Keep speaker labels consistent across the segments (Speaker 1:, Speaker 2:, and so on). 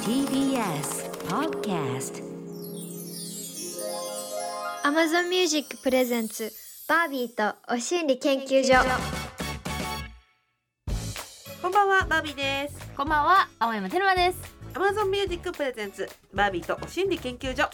Speaker 1: TBS Podcast
Speaker 2: Amazon Music プレゼンツバービーとお心理研究所
Speaker 3: こんばんは、バービーです。
Speaker 4: こんばんは、青山テルマです。
Speaker 3: Amazon Music Presents バービーとお心理研究所。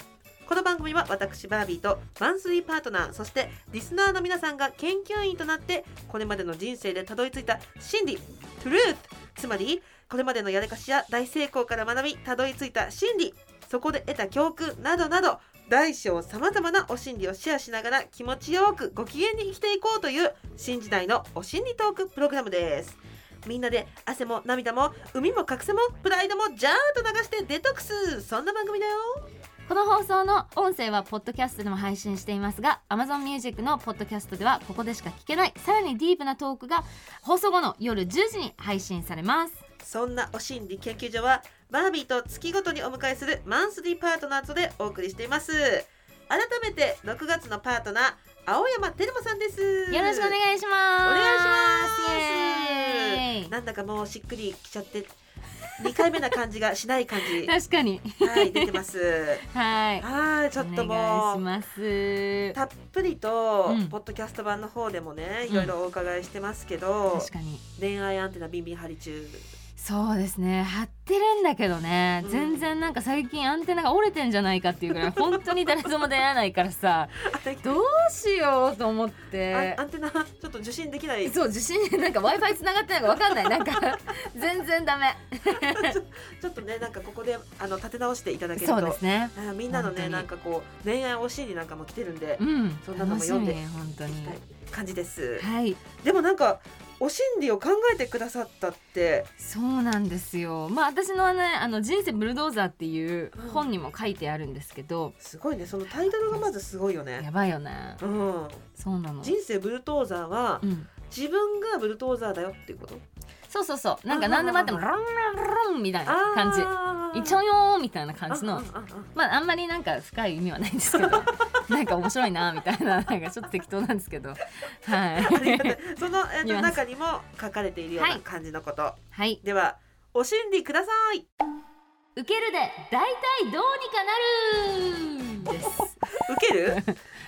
Speaker 3: この番組は私バービーとマンスリーパートナーそしてリスナーの皆さんが研究員となってこれまでの人生でたどり着いた真理 Truth つまりこれまでのやらかしや大成功から学びたどり着いた真理そこで得た教訓などなど大小さまざまなお心理をシェアしながら気持ちよくご機嫌に生きていこうという新時代のお心理トークプログラムですみんなで汗も涙も海も隠せもプライドもジャーッと流してデトックスそんな番組だよ
Speaker 4: この放送の音声はポッドキャストでも配信していますが Amazon Music のポッドキャストではここでしか聞けないさらにディープなトークが放送後の夜10時に配信されます
Speaker 3: そんなお心理研究所はバービーと月ごとにお迎えするマンスリーパートナーとでお送りしています改めて6月のパートナー青山テルマさんです
Speaker 4: よろしくお願いしますおイ
Speaker 3: 願
Speaker 4: エーイ
Speaker 3: なんだかもうしっくりきちゃって2回目な感じがしない感 じ
Speaker 4: 確かに
Speaker 3: はい出てます
Speaker 4: はい
Speaker 3: はいちょっと
Speaker 4: お
Speaker 3: も
Speaker 4: 願いし
Speaker 3: う
Speaker 4: ます
Speaker 3: たっぷりと、
Speaker 4: うん
Speaker 3: ポッドキャスト版の方でもね
Speaker 4: うん
Speaker 3: いろいろお伺いしてますけど、
Speaker 4: 確かに
Speaker 3: 恋愛アンテナビンビン張り中
Speaker 4: そうですね張ってるんだけどね、
Speaker 3: うん
Speaker 4: 全然なんか最近アンテナが折れてんじゃないかっていうぐらい本当に誰とも出会えないからさどうしようと思って
Speaker 3: あアンテナちょっと受信できないちょ
Speaker 4: そう受信 なんか w i f i 繋がってないかわかんないなん か全然ダメ
Speaker 3: ちょっとねなんかここであの立て直していただけると
Speaker 4: そうですね
Speaker 3: あみんなの
Speaker 4: 本当
Speaker 3: ね
Speaker 4: に
Speaker 3: なんかこう恋愛推しになんかも来てるんで、
Speaker 4: うん
Speaker 3: そんなのも
Speaker 4: 楽し
Speaker 3: 読
Speaker 4: み
Speaker 3: んで
Speaker 4: 本当に
Speaker 3: 聞きたい感じです、
Speaker 4: はい
Speaker 3: でもなんかお心理を考えてくださったって
Speaker 4: そうなんですよまあ私のねあの人生ブルドーザーっていう
Speaker 3: うん
Speaker 4: 本にも書いてあるんですけど、
Speaker 3: すごいねそのタイトルがまずすごいよね
Speaker 4: やばいよね
Speaker 3: うん
Speaker 4: そうなの
Speaker 3: 人生ブルトーザーは
Speaker 4: うん
Speaker 3: 自分がブルトーザーだよっていうこと
Speaker 4: そうそうそうなんか何でもあっても
Speaker 3: あ
Speaker 4: ロンロンロンみたいな感じ
Speaker 3: 感
Speaker 4: 一応よーみたいな感じ
Speaker 3: あ
Speaker 4: の
Speaker 3: あああ
Speaker 4: まああんまりなんか深い意味はないん ですけどなんか面白いなみたいななんかちょっと適当なんですけどはい
Speaker 3: ありがとうその、えっ
Speaker 4: ニュ
Speaker 3: と
Speaker 4: アンス
Speaker 3: 中にも書かれているよう
Speaker 4: は
Speaker 3: ない感じのこと、
Speaker 4: はい
Speaker 3: ではお心理ください
Speaker 4: 受けるで大体どうにかなるです。
Speaker 3: 受ける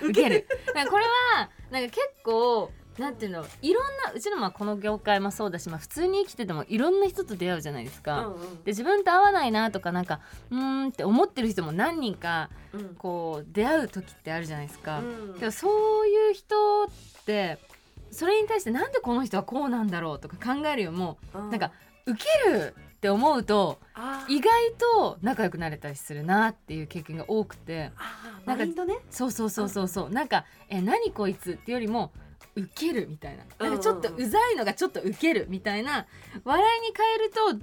Speaker 4: 受ける。なんかこれはなんか結構なんていうのいろんなうちのまあこの業界もそうだし、まあ、普通に生きててもいろんな人と出会うじゃないです
Speaker 3: う
Speaker 4: か。
Speaker 3: ん
Speaker 4: で自分と合わないなとかなんかうーんって思ってる人も何人か
Speaker 3: うんうん
Speaker 4: こう出会う時ってあるじゃないですか。
Speaker 3: うん
Speaker 4: でもそういう人ってそれに対してなんでこの人はこうなんだろうとか考えるよりも
Speaker 3: う
Speaker 4: なんか受けるって思うと
Speaker 3: あー
Speaker 4: 意外と仲良くなれたりするなっていう経験が多くて
Speaker 3: あー
Speaker 4: なんか
Speaker 3: マインドね
Speaker 4: そうそうそうそうそうなんか「え何こいつ」ってよりも「ウケる」みたいななんかちょっと
Speaker 3: うんうんう
Speaker 4: うざいのがちょっとウケるみたいな笑いに変えると大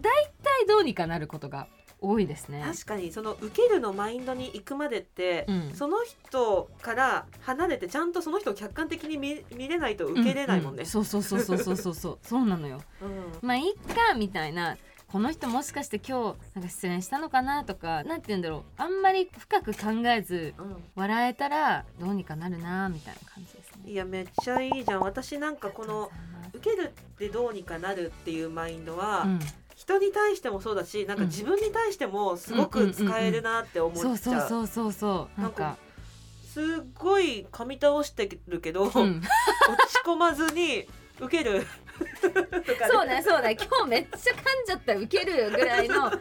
Speaker 4: 体どうにかなることが多いですね。
Speaker 3: 確かにその受けるのマインドに行くまでって、
Speaker 4: うん
Speaker 3: その人から離れてちゃんとその人を客観的に見見れないと受け入れないもん
Speaker 4: うう
Speaker 3: ね。
Speaker 4: そうそうそうそうそうそうそうそうなのよ。
Speaker 3: うん
Speaker 4: まあいっかみたいなこの人もしかして今日なんか失恋したのかなとかなんて言うんだろうあんまり深く考えず
Speaker 3: うん
Speaker 4: 笑えたらどうにかなるなみたいな感じですね。
Speaker 3: いやめっちゃいいじゃん私なんかこの
Speaker 4: ありがとうございます
Speaker 3: 受けるってどうにかなるっていうマインドは、
Speaker 4: うん
Speaker 3: 人に対してもそうだしなんか
Speaker 4: うん
Speaker 3: 自分に対してもすごく使えるなって思っちゃう,、
Speaker 4: そうそうそうそうそうなんか
Speaker 3: すっごい噛み倒してるけど、
Speaker 4: うん
Speaker 3: 落ち込まずに受けるとか
Speaker 4: そうねそうね今日めっちゃ噛んじゃったウケるぐらいの テ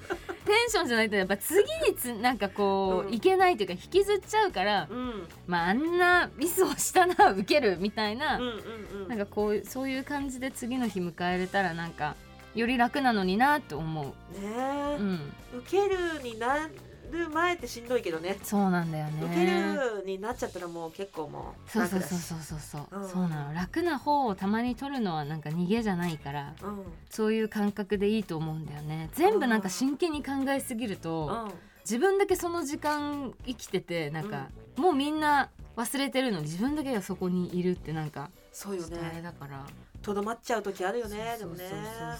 Speaker 4: ンションじゃないとやっぱ次につなんかこう、
Speaker 3: うん
Speaker 4: いけないというか引きずっちゃうから、
Speaker 3: うんうん
Speaker 4: まああんなミスをしたなウケるみたいな、
Speaker 3: うんうん
Speaker 4: なんかこうそういう感じで次の日迎えれたらなんかより楽なのになと思
Speaker 3: ねえ
Speaker 4: う、うん、
Speaker 3: 受けるになる前ってしんどいけどね
Speaker 4: そうなんだよね
Speaker 3: 受けるになっちゃったらもう結構もう
Speaker 4: そうそう
Speaker 3: 楽だ
Speaker 4: そう
Speaker 3: し
Speaker 4: そうそうそう、
Speaker 3: うん
Speaker 4: そうなの楽な方をたまに取るのはなんか逃げじゃないから
Speaker 3: うん
Speaker 4: そういう感覚でいいと思うんだよね全部なんか真剣に考えすぎると、
Speaker 3: うん
Speaker 4: 自分だけその時間生きててなんか、もうみんな忘れてるのに自分だけがそこにいるってなんか
Speaker 3: そう
Speaker 4: ちょ
Speaker 3: よ
Speaker 4: っとあれ
Speaker 3: ね
Speaker 4: だから
Speaker 3: とどまっちゃう時あるよねで
Speaker 4: そ
Speaker 3: も
Speaker 4: う
Speaker 3: ね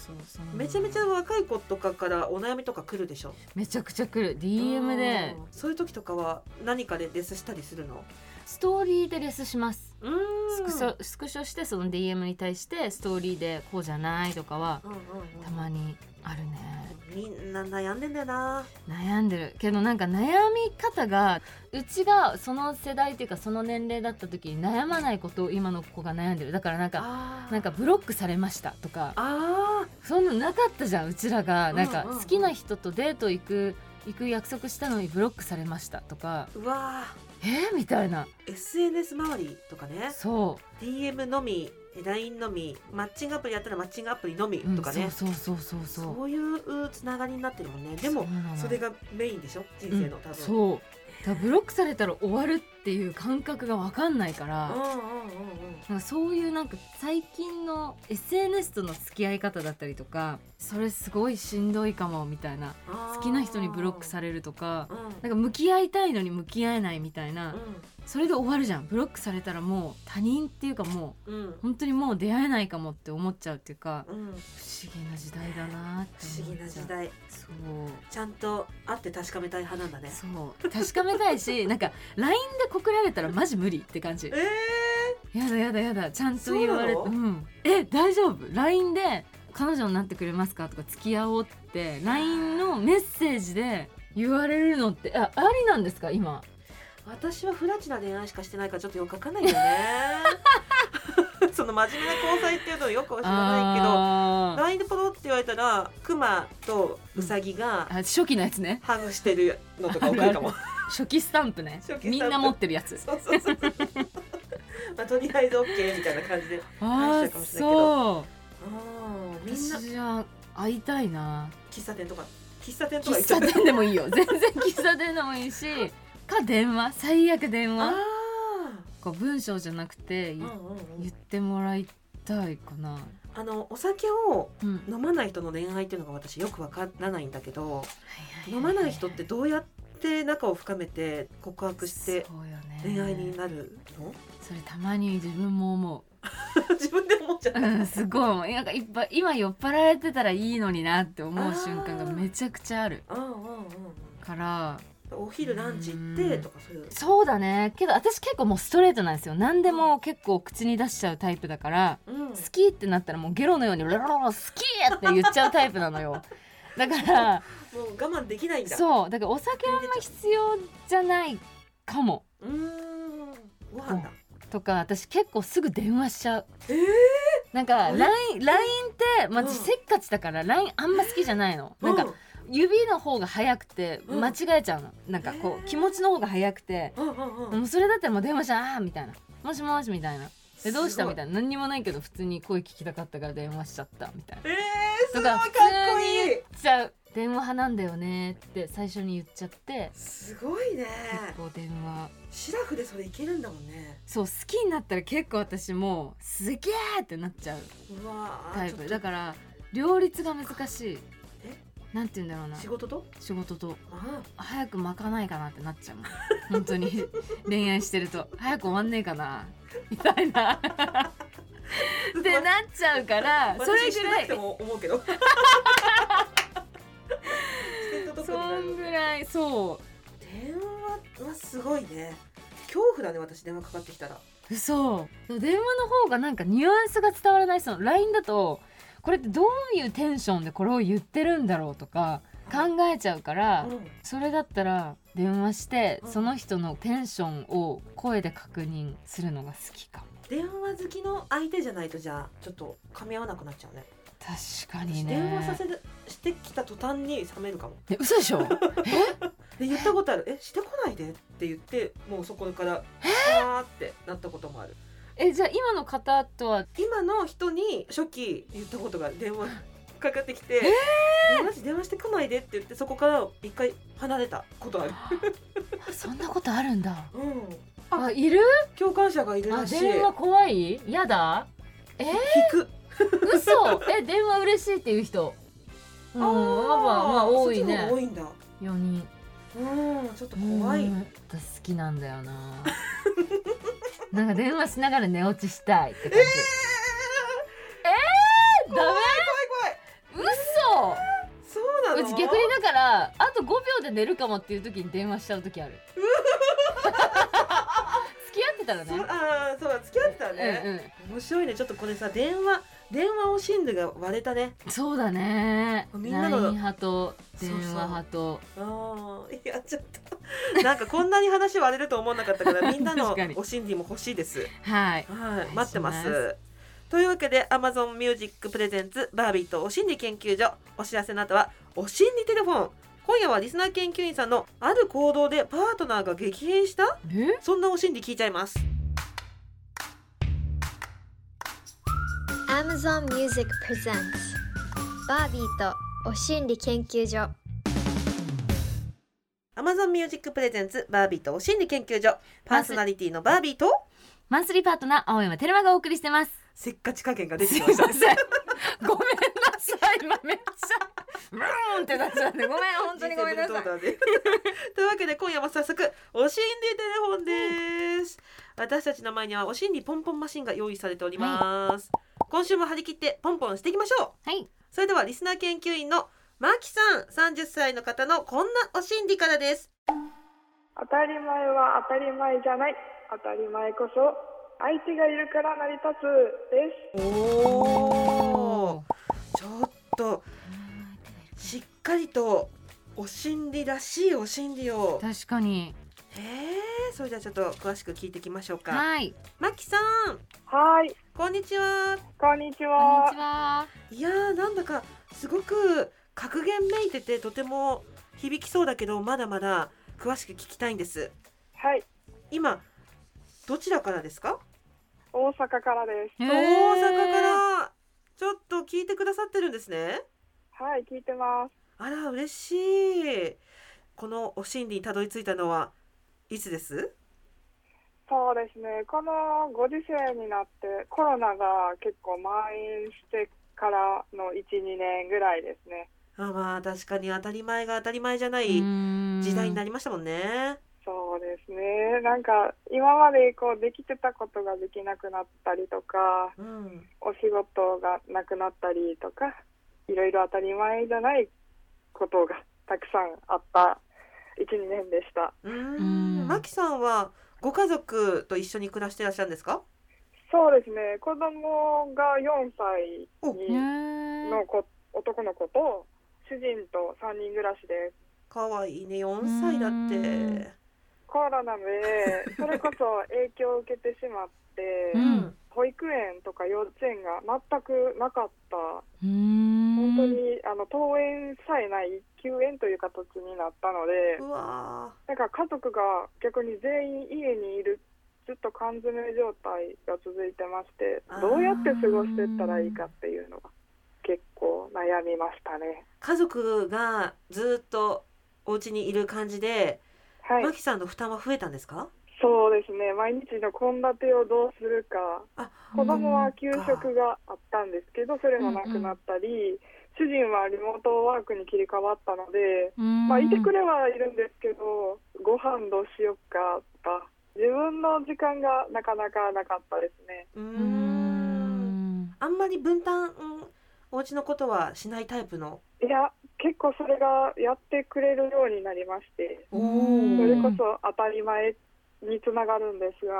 Speaker 4: そうそうそうそう
Speaker 3: めちゃめちゃ若い子とかからお悩みとか来るでしょ
Speaker 4: めちゃくちゃ来る DM で
Speaker 3: うんそういう時とかは何かでデスしたりするの
Speaker 4: ストーリーでレスします、
Speaker 3: うーん
Speaker 4: スクショスクショしてその DM に対してストーリーでこうじゃないとかは
Speaker 3: うんうんうん
Speaker 4: たまにあるね
Speaker 3: みんな悩んでんだよな
Speaker 4: 悩んでるけどなんか悩み方がうちがその世代っていうかその年齢だった時に悩まないことを今の子が悩んでるだからなんか
Speaker 3: あー
Speaker 4: なんかブロックされましたとか
Speaker 3: あ
Speaker 4: そんなのなかったじゃんうちらがなんか
Speaker 3: うんうんうん
Speaker 4: 好きな人とデート行く行く約束したのにブロックされましたとか
Speaker 3: ーうわ
Speaker 4: えー、みたいな
Speaker 3: ー SNS 周りとかね
Speaker 4: そ
Speaker 3: DM のみ LINE のみマッチングアプリやったらマッチングアプリのみ
Speaker 4: う、うん
Speaker 3: とかね、
Speaker 4: そうそうそうそう
Speaker 3: そう
Speaker 4: そう
Speaker 3: いうつながりになってるもんねでも
Speaker 4: うなの
Speaker 3: それがメインでしょ人生の、
Speaker 4: うん
Speaker 3: 多分う
Speaker 4: そうだからブロックされたら終わるっていう感覚が分かんないから、
Speaker 3: んうんうん
Speaker 4: なんかそういうなんか最近の SNS との付き合い方だったりとかそれすごいしんどいかもみたいな
Speaker 3: うん
Speaker 4: 好きな人にブロックさ
Speaker 3: れ
Speaker 4: れるとか
Speaker 3: うん
Speaker 4: なんか向き合いたいのに向き合えないみたいな
Speaker 3: う
Speaker 4: それで終わるじゃんブロックされたらもう他人っていうかもうん
Speaker 3: うん
Speaker 4: 本当にもう出会えないかもって思っちゃうっていうか
Speaker 3: うん
Speaker 4: 不思議な時代だなって
Speaker 3: 不思
Speaker 4: 思っちゃ
Speaker 3: 議な
Speaker 4: う
Speaker 3: 時代
Speaker 4: そう
Speaker 3: ちゃんと会って確かめたい派なんだね
Speaker 4: そう確かめたい しなんか LINE で告られたらマジ無理って感じ
Speaker 3: え
Speaker 4: やだやだやだちゃんと言われて
Speaker 3: そうなの
Speaker 4: ん、え大丈夫 LINE で「彼女になってくれますか?」とか「付き合おう」って LINE のメッセージで言われるのってあありなんですか今
Speaker 3: ー、私は不ラチな恋愛しかしてないからちょっとよくわかんないよね その真面目な交際っていうのをよくは知らないけど
Speaker 4: あ
Speaker 3: LINE でポロって言われたらクマとウサギが
Speaker 4: ーあ初期のやつね
Speaker 3: ハグしてるのとか多いかも
Speaker 4: 初期スタンプね
Speaker 3: 初期スタンプ
Speaker 4: みんな持ってるやつ
Speaker 3: そうそうそうそう、まあ、とりあえず OK みたいな感じで
Speaker 4: あ
Speaker 3: 大した
Speaker 4: ー
Speaker 3: かもしれないけど
Speaker 4: そう
Speaker 3: うんみんな
Speaker 4: 私じゃ会いたいな
Speaker 3: 喫茶店とか喫茶店とか行
Speaker 4: 喫
Speaker 3: っちゃ
Speaker 4: 茶
Speaker 3: って
Speaker 4: 店でもいいよ全然喫茶店でもいいしか電話最悪電
Speaker 3: あ
Speaker 4: 話こう文章じゃなくて
Speaker 3: ーうん
Speaker 4: 言
Speaker 3: うんうん
Speaker 4: 言ってもらいたいかな
Speaker 3: あのお酒を
Speaker 4: うん
Speaker 3: 飲まない人の恋愛っていうのが私よくわからないんだけど飲まない人ってどうやって仲を深めて告白して
Speaker 4: そうよね
Speaker 3: 恋愛になる の
Speaker 4: それたまに自分も思
Speaker 3: 自分で思っちゃっ
Speaker 4: う、
Speaker 3: た、
Speaker 4: うん、 すごい思うなんかいっぱい今酔っ払われてたらいいのになって思う瞬間がめちゃくちゃある
Speaker 3: うんうんうん
Speaker 4: から
Speaker 3: うんお昼ランチ行ってとかそういう
Speaker 4: そうだねけど私結構もうストレートなんですよ何でも結構口に出しちゃうタイプだから
Speaker 3: うん
Speaker 4: 好きってなったらもうゲロのように「ロロロ好き!」って言っちゃうタイプなのよだから
Speaker 3: もう我慢できないんだ
Speaker 4: そうだからお酒あんま必要じゃないかも
Speaker 3: うーんご飯だ
Speaker 4: とか私結構すぐ電話しちゃう
Speaker 3: え
Speaker 4: なんか
Speaker 3: あ
Speaker 4: LINE
Speaker 3: れ
Speaker 4: LINE って、まあ、
Speaker 3: うん
Speaker 4: せっかちだから LINE あんま好きじゃないの、
Speaker 3: ー、
Speaker 4: なんか指の方が早くて
Speaker 3: うん
Speaker 4: 間違えちゃうの、なんかこ
Speaker 3: へ
Speaker 4: う
Speaker 3: ー
Speaker 4: 気持ちの方が早くて、
Speaker 3: うんうんうんうん
Speaker 4: もうそれだったらもう電話しちゃうあーみたいな「もしもし」みたいな「です
Speaker 3: ご
Speaker 4: どうした?」みたいな何にもないけど普通に声聞きたかったから電話しちゃったみたいな
Speaker 3: えー、
Speaker 4: と
Speaker 3: すごいか
Speaker 4: か
Speaker 3: っ
Speaker 4: 普通
Speaker 3: こ
Speaker 4: に
Speaker 3: い
Speaker 4: 言
Speaker 3: い
Speaker 4: っちゃう「電話派なんだよね」って最初に言っちゃって
Speaker 3: すごいね
Speaker 4: 結構電話
Speaker 3: シラフでそれいけるんだもんね
Speaker 4: そう好きになったら結構私もうすげーってなっちゃう
Speaker 3: うわー
Speaker 4: タイ
Speaker 3: ちょっ
Speaker 4: プ
Speaker 3: と
Speaker 4: だから両立が難しい
Speaker 3: え
Speaker 4: なんて言うんだろうな
Speaker 3: 仕事と
Speaker 4: 仕事と
Speaker 3: あ
Speaker 4: 早く巻かないかなってなっちゃうもん本当に 恋愛してると早く終わんねえかなみたいなっ てなっちゃうから
Speaker 3: あ
Speaker 4: それ
Speaker 3: 私
Speaker 4: ぐ
Speaker 3: して
Speaker 4: ら
Speaker 3: なく
Speaker 4: い
Speaker 3: ても思うけどしてたとこにな
Speaker 4: そん
Speaker 3: る
Speaker 4: ぐらいそう
Speaker 3: 電話はすごいね恐怖だね私電話かかってきたら
Speaker 4: 嘘でも電話の方がなんかニュアンスが伝わらないその LINE だとこれってどういうテンションでこれを言ってるんだろうとか考えちゃうから、
Speaker 3: うん
Speaker 4: それだったら電話して
Speaker 3: うん
Speaker 4: その人のテンションを声で確認するのが好きかも
Speaker 3: 電話好きの相手じゃないとじゃあちょっと噛み合わなくなっちゃうね
Speaker 4: 確か
Speaker 3: 私
Speaker 4: にね
Speaker 3: 電話させてしてきた途端に冷めるかも
Speaker 4: え嘘でし ょ
Speaker 3: で言ったことある「えしてこないで」って言ってもうそこから「えー!」ってなったこともある
Speaker 4: えじゃあ今の方とは
Speaker 3: 今の人に初期言ったことが電話かかってきて「マジ電話してこないで」って言ってそこから一回離れたことある
Speaker 4: あそんなことあるんだ
Speaker 3: うん
Speaker 4: あいる
Speaker 3: 共感者がいる
Speaker 4: あ
Speaker 3: らしい
Speaker 4: 電話怖いやだ
Speaker 3: 聞く
Speaker 4: 嘘え電話嬉しいっていう人うんまあまあまあ多い
Speaker 3: そっち
Speaker 4: ね
Speaker 3: の方が多いんだ
Speaker 4: 4人
Speaker 3: うんちょっと怖い
Speaker 4: うん私好きなん だよななんか電話しながら寝落ちしたいって感じ、えー、ダメ嘘
Speaker 3: そうなの
Speaker 4: うち逆にだからあと5秒で寝るかもっていう時に電話しちゃう時ある付き合たらね
Speaker 3: そうああそうだ付き合ってたね、面白いねちょっとこれさ電話電話をしんでが割れたね
Speaker 4: うん、そうだね
Speaker 3: みんなの
Speaker 4: LINE 派と電話派と
Speaker 3: ああやっちゃったなんかこんなに話割れると思わなかったからみんなの
Speaker 4: 確かに
Speaker 3: おしんりも欲しいです
Speaker 4: はい
Speaker 3: は
Speaker 4: お願いします
Speaker 3: い待ってますというわけで Amazon Music プレゼンツバービーとお心理研究所お知らせの後はお心理テレフォン今夜はリスナー研究員さんのある行動でパートナーが激変した
Speaker 4: え
Speaker 3: そんなお心理聞いちゃいます
Speaker 2: Amazon Music Presents バービーとお心理研究所
Speaker 3: Amazon Music プレゼンツバービーとお心理研究所パーソナリティのバービーと
Speaker 4: マンスリーパートナー青山テルマがお送りしてます
Speaker 3: せっかち加減が出て
Speaker 4: すい
Speaker 3: き
Speaker 4: ま
Speaker 3: ました
Speaker 4: せんごめんなさい今めっちゃブーンってなっちゃってごめん本当にごめんなさい
Speaker 3: 人生ベルトオーダーでというわけで今夜も早速お心理テレフォンです、私たちの前にはお心理ポンポンマシンが用意されております、今週も張り切ってポンポンしていきましょう
Speaker 4: はい
Speaker 3: それ ではリスナー研究員のマキさん30歳の方のこんなお心理からです
Speaker 1: 当たり前は当たり前じゃない当たり前こそ相手がいるから成り立つです
Speaker 3: おおちょっとしっかりとお心理らしいお心理を
Speaker 4: 確かに
Speaker 3: へえそれではちょっと詳しく聞いていきましょうか
Speaker 4: はい
Speaker 3: マキさん
Speaker 1: はい
Speaker 3: こんにちは
Speaker 1: こんにち
Speaker 4: こん
Speaker 1: は
Speaker 4: にちはい
Speaker 3: やーなんだかすごく格言めいててとても響きそうだけどまだまだ詳しく聞きたいんです
Speaker 1: はい
Speaker 3: 今どちらからですか、
Speaker 1: 大阪からです
Speaker 4: 大
Speaker 3: 大阪からちょっと聞いてくださってるんですね
Speaker 1: はい聞いてます
Speaker 3: あら嬉しいこのお心理にたどり着いたのはいつです
Speaker 1: そうですねこのご時世になってコロナが結構蔓延してからの12年ぐらいですね
Speaker 3: あまあ確かに当たり前が当たり前じゃない時
Speaker 4: 時
Speaker 3: 代にな
Speaker 4: り
Speaker 3: りましたもんね
Speaker 1: そうですねなんか今までこうできてたことができなくなったりとか
Speaker 3: うん
Speaker 1: お仕事がなくなったりとかいろいろ当たり前じゃないことがたくさんあった12年でした
Speaker 3: うー
Speaker 4: うん
Speaker 3: んマキさんはご家族と一緒に暮らしてらっしゃるんですか
Speaker 1: そうですね子供が4歳にの子男の子と主人と3人暮らしです
Speaker 3: 可愛いね4歳だって
Speaker 1: コ ロナでそれこそ影響を受けてしまって、
Speaker 4: うん
Speaker 1: 保育園とか幼稚園が全くなかった
Speaker 4: 本
Speaker 1: 本当にあの登園さえない休園という形になったので、
Speaker 3: うわ
Speaker 1: なんか家族が逆に全員家にいるずっと缶詰状態が続いてまして
Speaker 3: あー
Speaker 1: どうやって過ごしてったらいいかっていうのが結構悩みましたね。
Speaker 3: ー家族がずっとお家にいる感じで、
Speaker 1: はい
Speaker 3: マキさんの負担は増えたんですか
Speaker 1: そうですね毎日の献立をどうするか
Speaker 3: あ
Speaker 1: 子供は給食があったんですけどそれもなくなったり、主人はリモートワークに切り替わったので、ま
Speaker 4: ま
Speaker 1: あ、いてく
Speaker 4: れ
Speaker 1: れはいるんですけどご飯どうしよっかとか自分の時間がなかなかなかったですね。
Speaker 3: うーんあんまり分担うんお家のことはしないタイプの
Speaker 1: いや結構それがやってくれるようになりまして
Speaker 3: お
Speaker 4: うん
Speaker 1: そ
Speaker 3: ー
Speaker 1: れこそ当たり前につながるんですが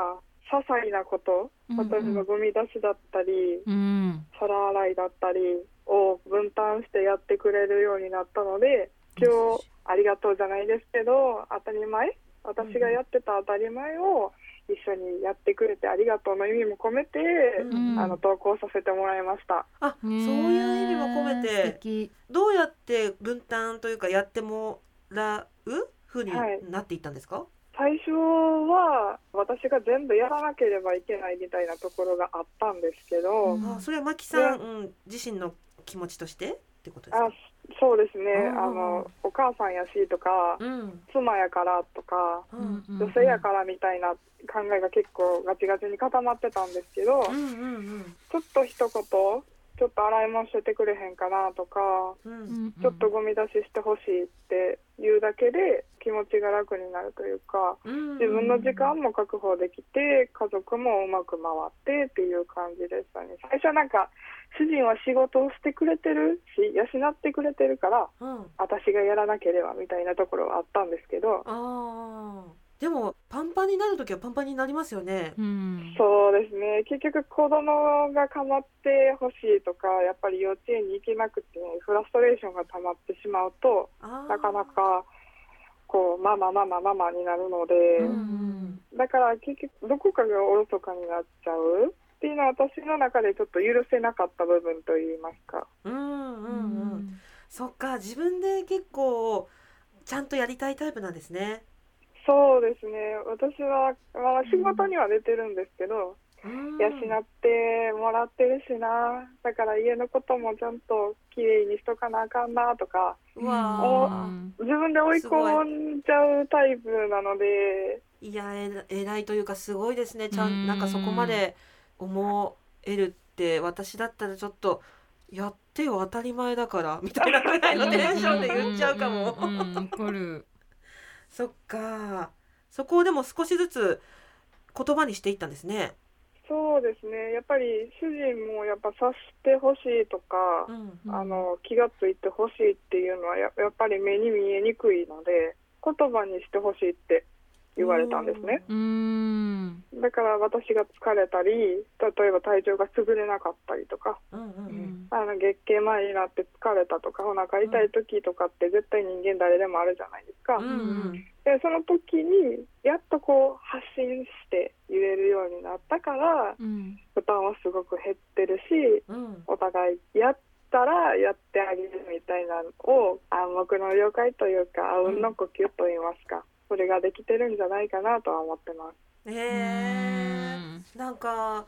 Speaker 1: 些細なこと例えばゴミ出しだったり
Speaker 4: うん
Speaker 1: 皿洗いだったりを分担してやってくれるようになったので今日ありがとうじゃないですけど当たり前私がやってた当たり前を一緒にやってくれてありがとうの意味も込めて、
Speaker 3: うん
Speaker 1: あの投稿させてもらいました。
Speaker 3: あそういう意味も込め
Speaker 4: ねえ素
Speaker 3: て
Speaker 4: 敵
Speaker 3: どうやって分担というかやってもらうふうに
Speaker 1: はい
Speaker 3: なっていったんですか、
Speaker 1: 最初は私が全部やらなければいけないみたいなところがあったんですけど、
Speaker 4: うん
Speaker 3: あそれはマキさん、うん、自身の気持ちとしてってことです
Speaker 1: あ
Speaker 3: か
Speaker 1: そうですね
Speaker 3: うん
Speaker 1: あのお母さんやしとか
Speaker 3: うん
Speaker 1: 妻やからとか
Speaker 3: う
Speaker 4: うんんうん
Speaker 1: 女性やからみたいな考えが結構ガチガチに固まってたんですけど
Speaker 3: うんうん
Speaker 1: ちょっと一言ちょっと洗い物しててくれへんかなとか
Speaker 3: うんうん
Speaker 4: うん
Speaker 1: ちょっとゴミ出ししてほしいって言うだけで気持ちが楽になるというか自分の時間も確保できて家族もうまく回ってっていう感じでしたね最初はなんか主人は仕事をしてくれてるし養ってくれてるから
Speaker 3: うん、あ
Speaker 1: 私がやらなければみたいなところはあったんですけど
Speaker 3: あでもパンパンになる時はパンパンになりますよね
Speaker 4: うん
Speaker 1: そうですね結局子供が構ってほしいとかやっぱり幼稚園に行けなくてフラストレーションが溜まってしまうと
Speaker 3: あー
Speaker 1: なかなかこうママママママになるので、
Speaker 4: うん
Speaker 1: だから結局どこかがおろそかになっちゃうっていうのは私の中でちょっと許せなかった部分といいますか
Speaker 3: うんう
Speaker 4: うん
Speaker 3: うんそっか自分で結構ちゃんとやりたいタイプなんですね
Speaker 1: そうですね私は、まあ、仕事には出てるんですけど、
Speaker 3: うん
Speaker 1: 養ってもらってるしなだから家のこともちゃんときれいにしとかなあかんなとか
Speaker 3: うわ
Speaker 4: ん
Speaker 1: 自分で追い込んじゃうタイプなので
Speaker 3: ーいやえら偉いというかすごいですねちゃ
Speaker 4: うんん
Speaker 3: なんかそこまで思えるって私だったらちょっとやってよ当たり前だからみたいなぐらいのテンションで言っちゃうかも
Speaker 4: うんうんうんうん怒る。
Speaker 3: そっかそこをでも少しずつ言葉にしていったんですね
Speaker 1: そうですねやっぱり主人もやっぱ察してほしいとか
Speaker 3: う、ん
Speaker 1: あの気がついてほしいっていうのはややっぱり目に見えにくいので言葉にしてほしいって言われたんですね
Speaker 4: うーん。
Speaker 1: だから私が疲れたり例えば体調が優れなかったりとか
Speaker 3: うんうんう
Speaker 4: うんん
Speaker 1: あの月経前になって疲れたとかお腹痛い時とかって絶対人間誰でもあるじゃないですか、
Speaker 3: うんうん
Speaker 1: でその時にやっとこう発信して言えるようになったから
Speaker 4: うん
Speaker 1: 負担はすごく減ってるし
Speaker 3: うん
Speaker 1: お互いやったらやってあげるみたいなのを暗黙の了解というかあうんの呼吸と言いますか、それができてるんじゃないかなとは思ってます。
Speaker 3: えーなんか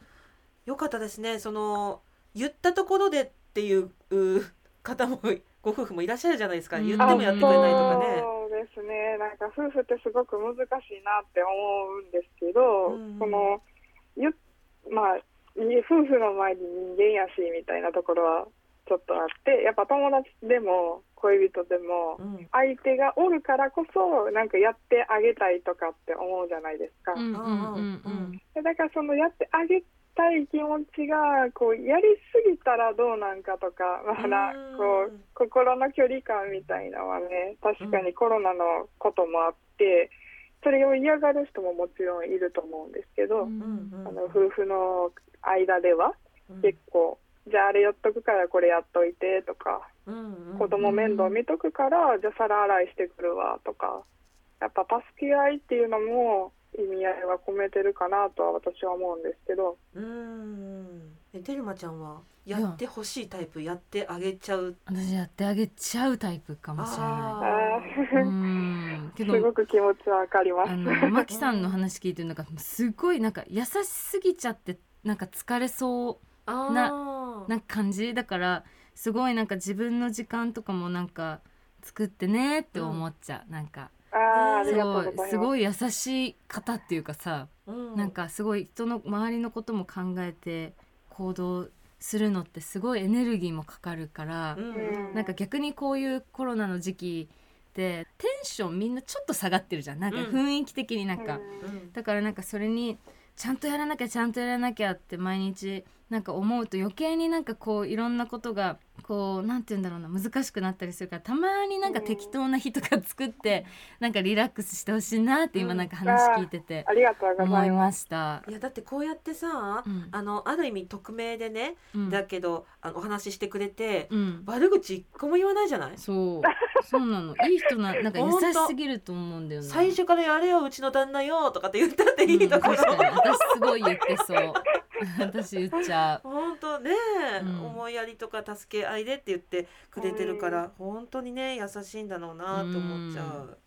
Speaker 3: 良かったですねその言ったところでっていうう方もご夫婦もいらっしゃるじゃないですか
Speaker 4: うん
Speaker 3: 言っ
Speaker 4: あ
Speaker 3: てもやってくれないとかね
Speaker 1: あそうですねなんか夫婦ってすごく難しいなって思うんですけど、
Speaker 3: うん
Speaker 1: このゆまあに夫婦の前に人間やしみたいなところはちょっとあってやっぱ友達でも恋人でも
Speaker 3: うん
Speaker 1: 相手がおるからこそなんかやってあげたいとかって思うじゃないですか、
Speaker 4: うんうんうんうん
Speaker 1: でだからそのやってあげたい気持ちがこうやりすぎたらどうなんかとかまだ
Speaker 3: うん
Speaker 1: こう心の距離感みたいなのはね確かにコロナのこともあってそれを嫌がる人ももちろんいると思うんですけど、
Speaker 4: うんうん
Speaker 1: あの夫婦の間では結構、じゃああれやっとくからこれやっといてとか子供面倒見とくから、じゃあ皿洗いしてくるわとかやっぱ助け合いっていうのも意味合いは込めてるかなとは私は思うんですけど
Speaker 3: うんえてるまちゃんはやってほしいタイプやってあげちゃう
Speaker 4: 私やってあげちゃうタイプかもしれ
Speaker 3: あ
Speaker 4: な
Speaker 1: あ
Speaker 4: い。う
Speaker 1: ー
Speaker 4: ん。け
Speaker 1: すご
Speaker 4: ど。
Speaker 1: く気持ちはわかります
Speaker 4: あのマキさんの話聞いてるのがすごいなんか優しすぎちゃってなんか疲れそう
Speaker 3: あー
Speaker 4: なんか感じだからすごいなんか自分の時間とかもなんか作ってねって思っちゃう、なんか
Speaker 1: あーあ
Speaker 4: す
Speaker 1: りがとう
Speaker 4: ご
Speaker 1: ございま
Speaker 4: い
Speaker 1: す
Speaker 4: すごい優しい方っていうかさ、
Speaker 3: うん
Speaker 4: なんかすごい人の周りのことも考えて行動するのってすごいエネルギーもかかるから
Speaker 3: う、ん
Speaker 4: なんか逆にこういうコロナの時期でテンションみんなちょっと下がってるじゃんなんか
Speaker 3: うん
Speaker 4: 雰囲気的になんか、
Speaker 3: う
Speaker 1: う
Speaker 3: んん
Speaker 4: だからなんかそれにちゃんとやらなきゃちゃんとやらなきゃって毎日なんか思うと余計になんかこういろんなことがこうなんて言うんだろうな難しくなったりするからたまになんか適当な日とか作ってなんかリラックスしてほしいなって今なんか話聞いてて
Speaker 1: ありがとうご
Speaker 4: 思
Speaker 1: ざ
Speaker 4: い
Speaker 1: います
Speaker 4: ました。
Speaker 3: いやだってこうやってさ
Speaker 4: うん
Speaker 3: あのある意味匿名でね
Speaker 4: うん
Speaker 3: だけどあのお話ししてくれて
Speaker 4: うん
Speaker 3: 悪口一個も言わないじゃない
Speaker 4: そうそうなのいい人ななんか優しすぎると思うんだよね。
Speaker 3: 最初からやれようちの旦那よとかって言ったっていいとこ
Speaker 4: うん
Speaker 3: ろ、
Speaker 4: 確かに私すごい言ってそう。 私言っちゃう。
Speaker 3: 本当ね、
Speaker 4: うん
Speaker 3: 思いやりとか助け合いでって言ってくれてるから、本当にね優しいんだろうなと思っちゃう、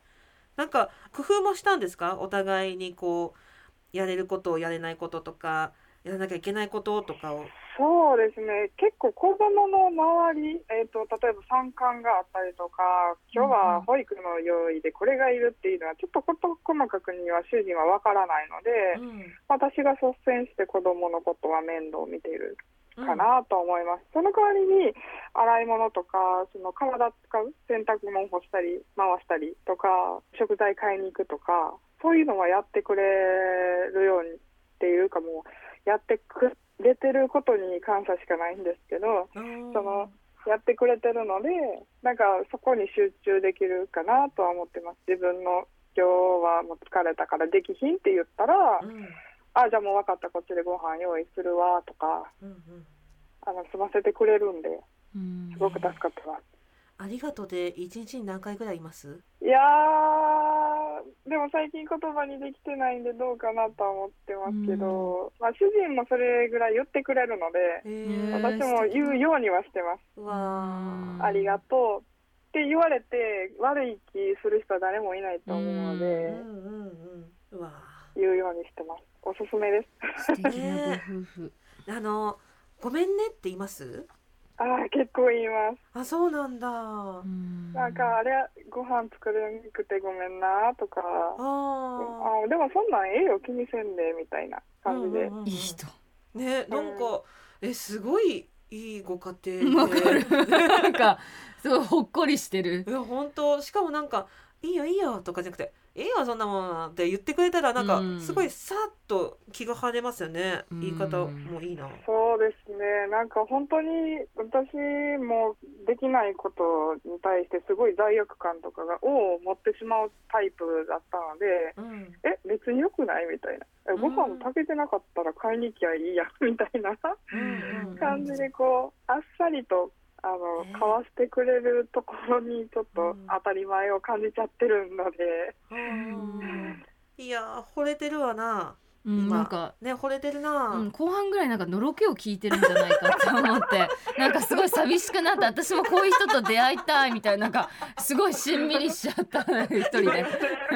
Speaker 3: なんか工夫もしたんですかお互いにこうやれることをやれないこととかやらなきゃいけないこととかを
Speaker 1: そうですね結構子供の周り、えー、と例えば産官があったりとか今日は保育の用意でこれがいるっていうのはちょっとこと細かくには主人はわからないので、私が率先して子供のことは面倒を見ている
Speaker 3: うん
Speaker 1: かなと思います、その代わりに洗い物とかその体使う洗濯物干したり回したりとか食材買いに行くとかそういうのはやってくれるようにっていうかもうやってくれてることに感謝しかないんですけど
Speaker 3: うん
Speaker 1: そのやってくれてるのでなんかそこに集中できるかなとは思ってます自分の今日はもう疲れたからできひんって言ったら、あじゃあもう分かったこっちでご飯用意するわとか
Speaker 3: うんうん
Speaker 1: あの済ませてくれるんで
Speaker 4: うん
Speaker 1: すごく助かってます。
Speaker 3: ありがとうで一日に何回ぐらいいます
Speaker 1: いやーでも最近言葉にできてないんでどうかなとは思ってますけど、まあ、主人もそれぐらい言ってくれるので
Speaker 4: へー
Speaker 1: 私も言うようにはしてます。
Speaker 3: うわ
Speaker 1: ありがとうって言われて悪い気する人は誰もいないと思うの
Speaker 3: ーう
Speaker 1: で
Speaker 3: んうんうんうわ
Speaker 1: 言うようにしてますおすすめです
Speaker 4: 素敵なご夫婦。
Speaker 3: ーあのごめんねって言います
Speaker 1: ああ結構言います
Speaker 3: あそうなんだ
Speaker 4: うん
Speaker 1: なんかあれご飯作れなくてごめんなとか
Speaker 3: あ
Speaker 1: あ
Speaker 3: ー
Speaker 1: でもそんなんええよ気にせんでみたいな感じ
Speaker 3: う
Speaker 1: で、
Speaker 3: んうんうん
Speaker 4: いい人。
Speaker 3: ねなんかえすごいいいご家
Speaker 4: うん
Speaker 3: 庭
Speaker 4: わ
Speaker 3: で
Speaker 4: かる。なんかすごいほっこりしてる
Speaker 3: い。や本当しかもなんか「いいよいいよ」とかじゃなくて「いいよそんなもん」って言ってくれたらなんか
Speaker 4: うん
Speaker 3: すごいさっと気が晴れますよね
Speaker 4: うん
Speaker 3: 言い方もいいな。
Speaker 1: そうですねなんか本当に私もできないことに対してすごい罪悪感とかがを持ってしまうタイプだったので、
Speaker 3: うん
Speaker 1: え別によくないみたいなえ
Speaker 3: ん
Speaker 1: ご飯炊けてなかったら買いに行きゃいいや みたいな
Speaker 3: うんうん
Speaker 1: 感じでこうあっさりとあ
Speaker 3: ね
Speaker 1: の買わしてくれるところにちょっ
Speaker 3: う
Speaker 1: と
Speaker 3: ん
Speaker 1: 当たり前を感じちゃってるので
Speaker 3: うんいやー惚れてるわな
Speaker 4: うん、なんか。
Speaker 3: ね惚れてるな、
Speaker 4: うん、後半ぐらいなんかのろけを聞いてるんじゃないかって思ってなんかすごい寂しくなった私もこういう人と出会いたいみたいななんかすごいしんみりしちゃった一人 で
Speaker 3: ほ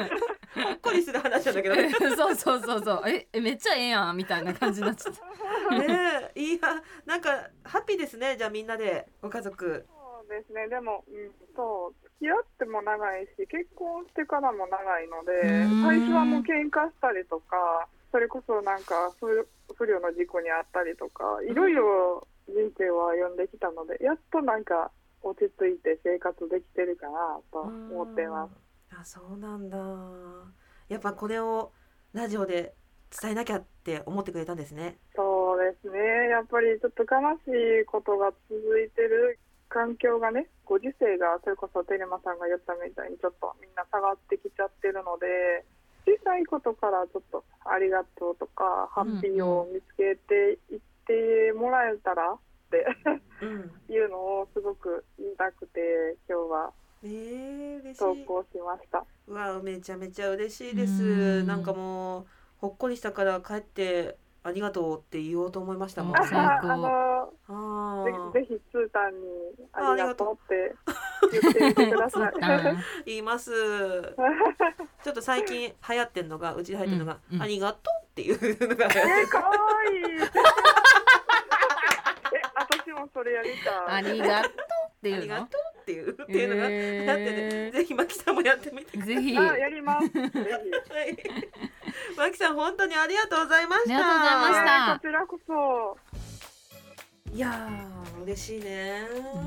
Speaker 3: っこりする話なんだけどね
Speaker 4: えそうそうそうそうええめっちゃええやんみたいな感じになっちゃった
Speaker 3: ねいやなんかハッピーですねじゃあみんなでご家族
Speaker 1: そうですねでも、うん、そう付き合っても長いし結婚してからも長いので
Speaker 4: うん
Speaker 1: 最初はもう喧嘩したりとかそれこそなんか不不慮の事故に遭ったりとかいろいろ人生を歩んできたのでやっとなんか落ち着いて生活できてるかなと思ってます。
Speaker 3: あそうなんだやっぱこれをラジオで伝えなきゃって思ってくれたんですね
Speaker 1: そうですねやっぱりちょっと悲しいことが続いてる環境がねご時世がそれこそテレマさんが言ったみたいにちょっとみんな下がってきちゃってるので小さいことからちょっと「ありがとう」とか「ハッピー」を見つけていってもらえたらって
Speaker 3: うん
Speaker 1: いうのをすごく言いたくて今日は
Speaker 3: えー、嬉し
Speaker 1: 投
Speaker 3: い
Speaker 1: 稿しました。
Speaker 3: うわめちゃめちゃ嬉しいで
Speaker 4: う
Speaker 3: す
Speaker 4: ん
Speaker 3: なんかもうほっこりしたから帰ってありがとうって言おうと思いましたもん
Speaker 4: う
Speaker 1: あ
Speaker 4: ん最高
Speaker 1: あの
Speaker 3: あー
Speaker 1: ぜぜひつーたんに「ありがとう」って言ってみてくださ い。
Speaker 3: 言いますちょっと最近流行ってんのがうちで流行ってんのが、
Speaker 4: うんうん
Speaker 3: ありがとうっていうのが流行って
Speaker 1: えー、かわ いい。え、私もそれやり
Speaker 4: あ
Speaker 1: たい。
Speaker 4: りがとうって
Speaker 3: あ
Speaker 4: い
Speaker 3: り
Speaker 4: う
Speaker 3: がとう
Speaker 4: の
Speaker 3: っていうっていうのが流行ってて、
Speaker 4: え
Speaker 3: ぜひマキさんもやって みてくだ
Speaker 4: ーぜひ
Speaker 1: あ、やります。ぜひ。
Speaker 3: さいマキさん本当にありがとうございました
Speaker 4: ありがとうございました
Speaker 1: えーこちらこそ。
Speaker 3: いやー嬉しいね
Speaker 4: う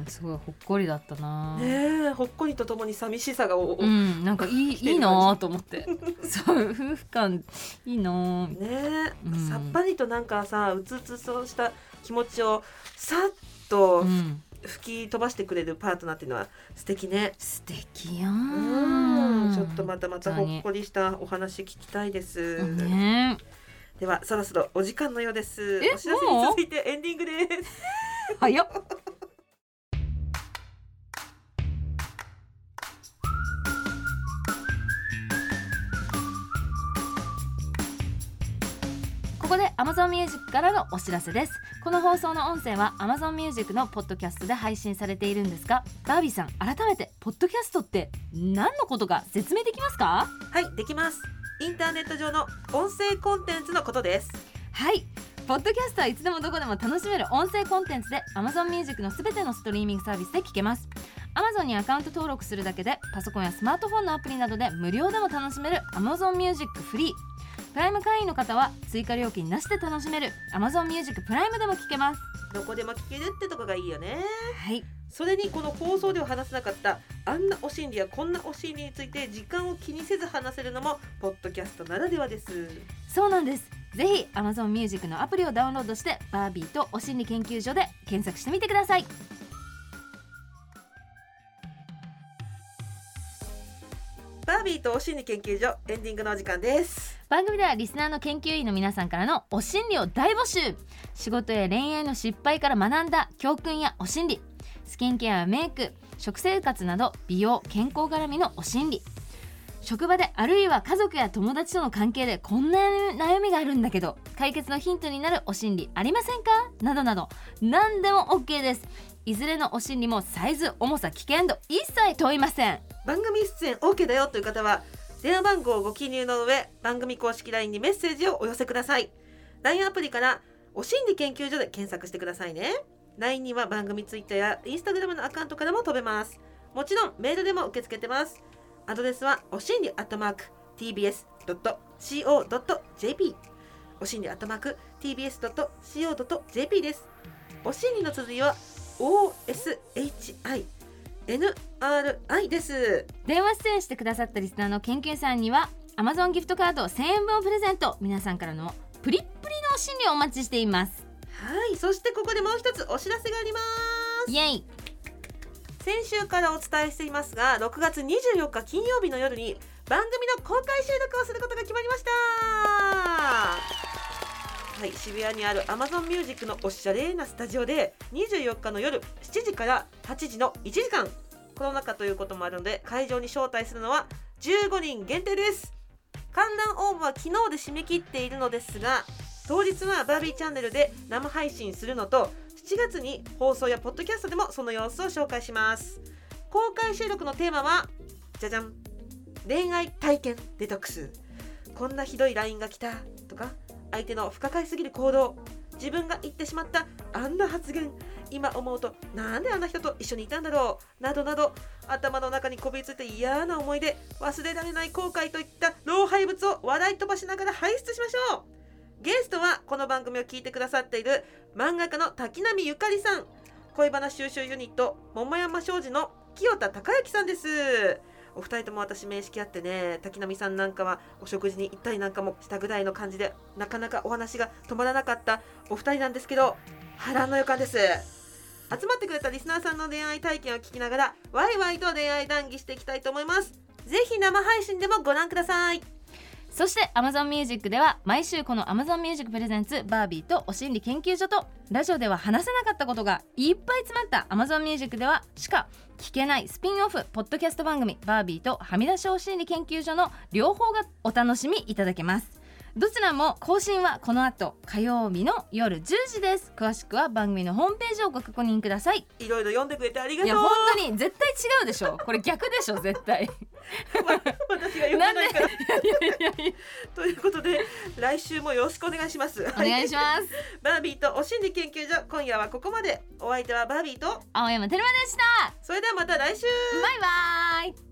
Speaker 4: んすごいほっこりだったな、
Speaker 3: ねえほっこりとともに寂しさがお、
Speaker 4: うんなんかいい
Speaker 3: 来て
Speaker 4: い
Speaker 3: る
Speaker 4: いなと思って そう夫婦間いいなーみたいな
Speaker 3: ねえ、
Speaker 4: うん
Speaker 3: さっぱりとなんかさうつうつそうした気持ちをさっと
Speaker 4: うん、
Speaker 3: 吹き飛ばしてくれるパートナーっていうのは素敵ね。
Speaker 4: 素敵や
Speaker 3: うんんちょっとまたまた
Speaker 4: 本
Speaker 3: ほ
Speaker 4: 当
Speaker 3: っ
Speaker 4: に
Speaker 3: こりしたお話聞きたいです。
Speaker 4: ね
Speaker 3: ではそろそろお時間のようです。
Speaker 4: え
Speaker 3: お知らせに続いてエンディングです。
Speaker 4: 早っここで Amazon Music からのお知らせですこの放送の音声は Amazon Music のポッドキャストで配信されているんですがバービーさん改めてポッドキャストって何のことか説明できますか
Speaker 3: はいできます。インターネット上の音声コンテンツのことです。
Speaker 4: はいポッドキャストはいつでもどこでも楽しめる音声コンテンツで Amazon Music のすべてのストリーミングサービスで聞けます Amazon にアカウント登録するだけでパソコンやスマートフォンのアプリなどで無料でも楽しめる Amazon Music フリープライム会員の方は追加料金なしで楽しめる Amazon Music プライムでも聞けます
Speaker 3: どこでも聞けるってとこがいいよね。
Speaker 4: はい
Speaker 3: それにこの放送では話せなかったあんなお心理やこんなお心理について時間を気にせず話せるのもポッドキャストならではです
Speaker 4: そうなんですぜひ Amazon Music のアプリをダウンロードしてバービーとお心理研究所で検索してみてください
Speaker 3: バービーとお心理研究所エンディングのお時間です
Speaker 4: 番組ではリスナーの研究員の皆さんからのお心理を大募集仕事や恋愛の失敗から学んだ教訓やお心理スキンケアやメイク食生活など美容健康絡みのお心理職場であるいは家族や友達との関係でこんな悩みがあるんだけど解決のヒントになるお心理ありませんかなどなど何でも OK ですいずれのお心理もサイズ重さ危険度一切問いません
Speaker 3: 番組出演 OK だよという方は電話番号をご記入の上番組公式 LINE にメッセージをお寄せください LINE アプリから「お心理研究所」で検索してくださいね LINE には番組 Twitter や Instagram のアカウントからも飛べますもちろんメールでも受け付けてますアドレスはお心理アットマーク tbs.co.jp お心理アットマーク tbs.co.jp ですお心理の綴りは OSHINRI です
Speaker 4: 電話出演してくださったリスナーの研究さんには Amazon ギフトカード1000円分をプレゼント皆さんからのプリップリのお心理をお待ちしています
Speaker 3: はい、そしてここでもう一つお知らせがあります。
Speaker 4: イエイ
Speaker 3: 先週からお伝えしていますが、6月24日金曜日の夜に番組の公開収録をすることが決まりました。はい、渋谷にある Amazon Music のおしゃれなスタジオで24日の夜7時から8時の1時間コロナ禍ということもあるので会場に招待するのは15人限定です観覧応募は昨日で締め切っているのですが当日はバービーチャンネルで生配信するのと7月に放送やポッドキャストでもその様子を紹介します公開収録のテーマはじゃじゃん恋愛体験デトックスこんなひどい LINE が来たとか相手の不可解すぎる行動自分が言ってしまったあんな発言今思うとなんであんな人と一緒にいたんだろうなどなど頭の中にこびりついた嫌な思い出忘れられない後悔といった老廃物を笑い飛ばしながら排出しましょうゲストはこの番組を聞いてくださっている漫画家の滝波ゆかりさん恋バナ収集ユニット桃山商事の清田孝之さんですお二人とも私面識あってね滝波さんなんかはお食事に行ったりなんかもしたぐらいの感じでなかなかお話が止まらなかったお二人なんですけど波乱の予感です集まってくれたリスナーさんの恋愛体験を聞きながらワイワイと恋愛談義していきたいと思いますぜひ生配信でもご覧ください
Speaker 4: そして Amazon Music では毎週この Amazon Music Presents バービーとお心理研究所とラジオでは話せなかったことがいっぱい詰まった Amazon Music ではしか聞けないスピンオフポッドキャスト番組バービーとはみ出しお心理研究所の両方がお楽しみいただけますどちらも更新はこの後火曜日の夜10時です詳しくは番組のホームページをご確認ください
Speaker 3: いろいろ読んでくれてありが
Speaker 4: い
Speaker 3: とう
Speaker 4: や本当に絶対違うでしょこれ逆でしょ絶対
Speaker 3: 私が読め
Speaker 4: なんで
Speaker 3: ないから
Speaker 4: いやいやいや
Speaker 3: ということで来週もよろしくお願いします
Speaker 4: お願いします
Speaker 3: バービーとお心理研究所今夜はここまでお相手はバービーと
Speaker 4: 青山テルマでした
Speaker 3: それではまた来週
Speaker 4: バイバイ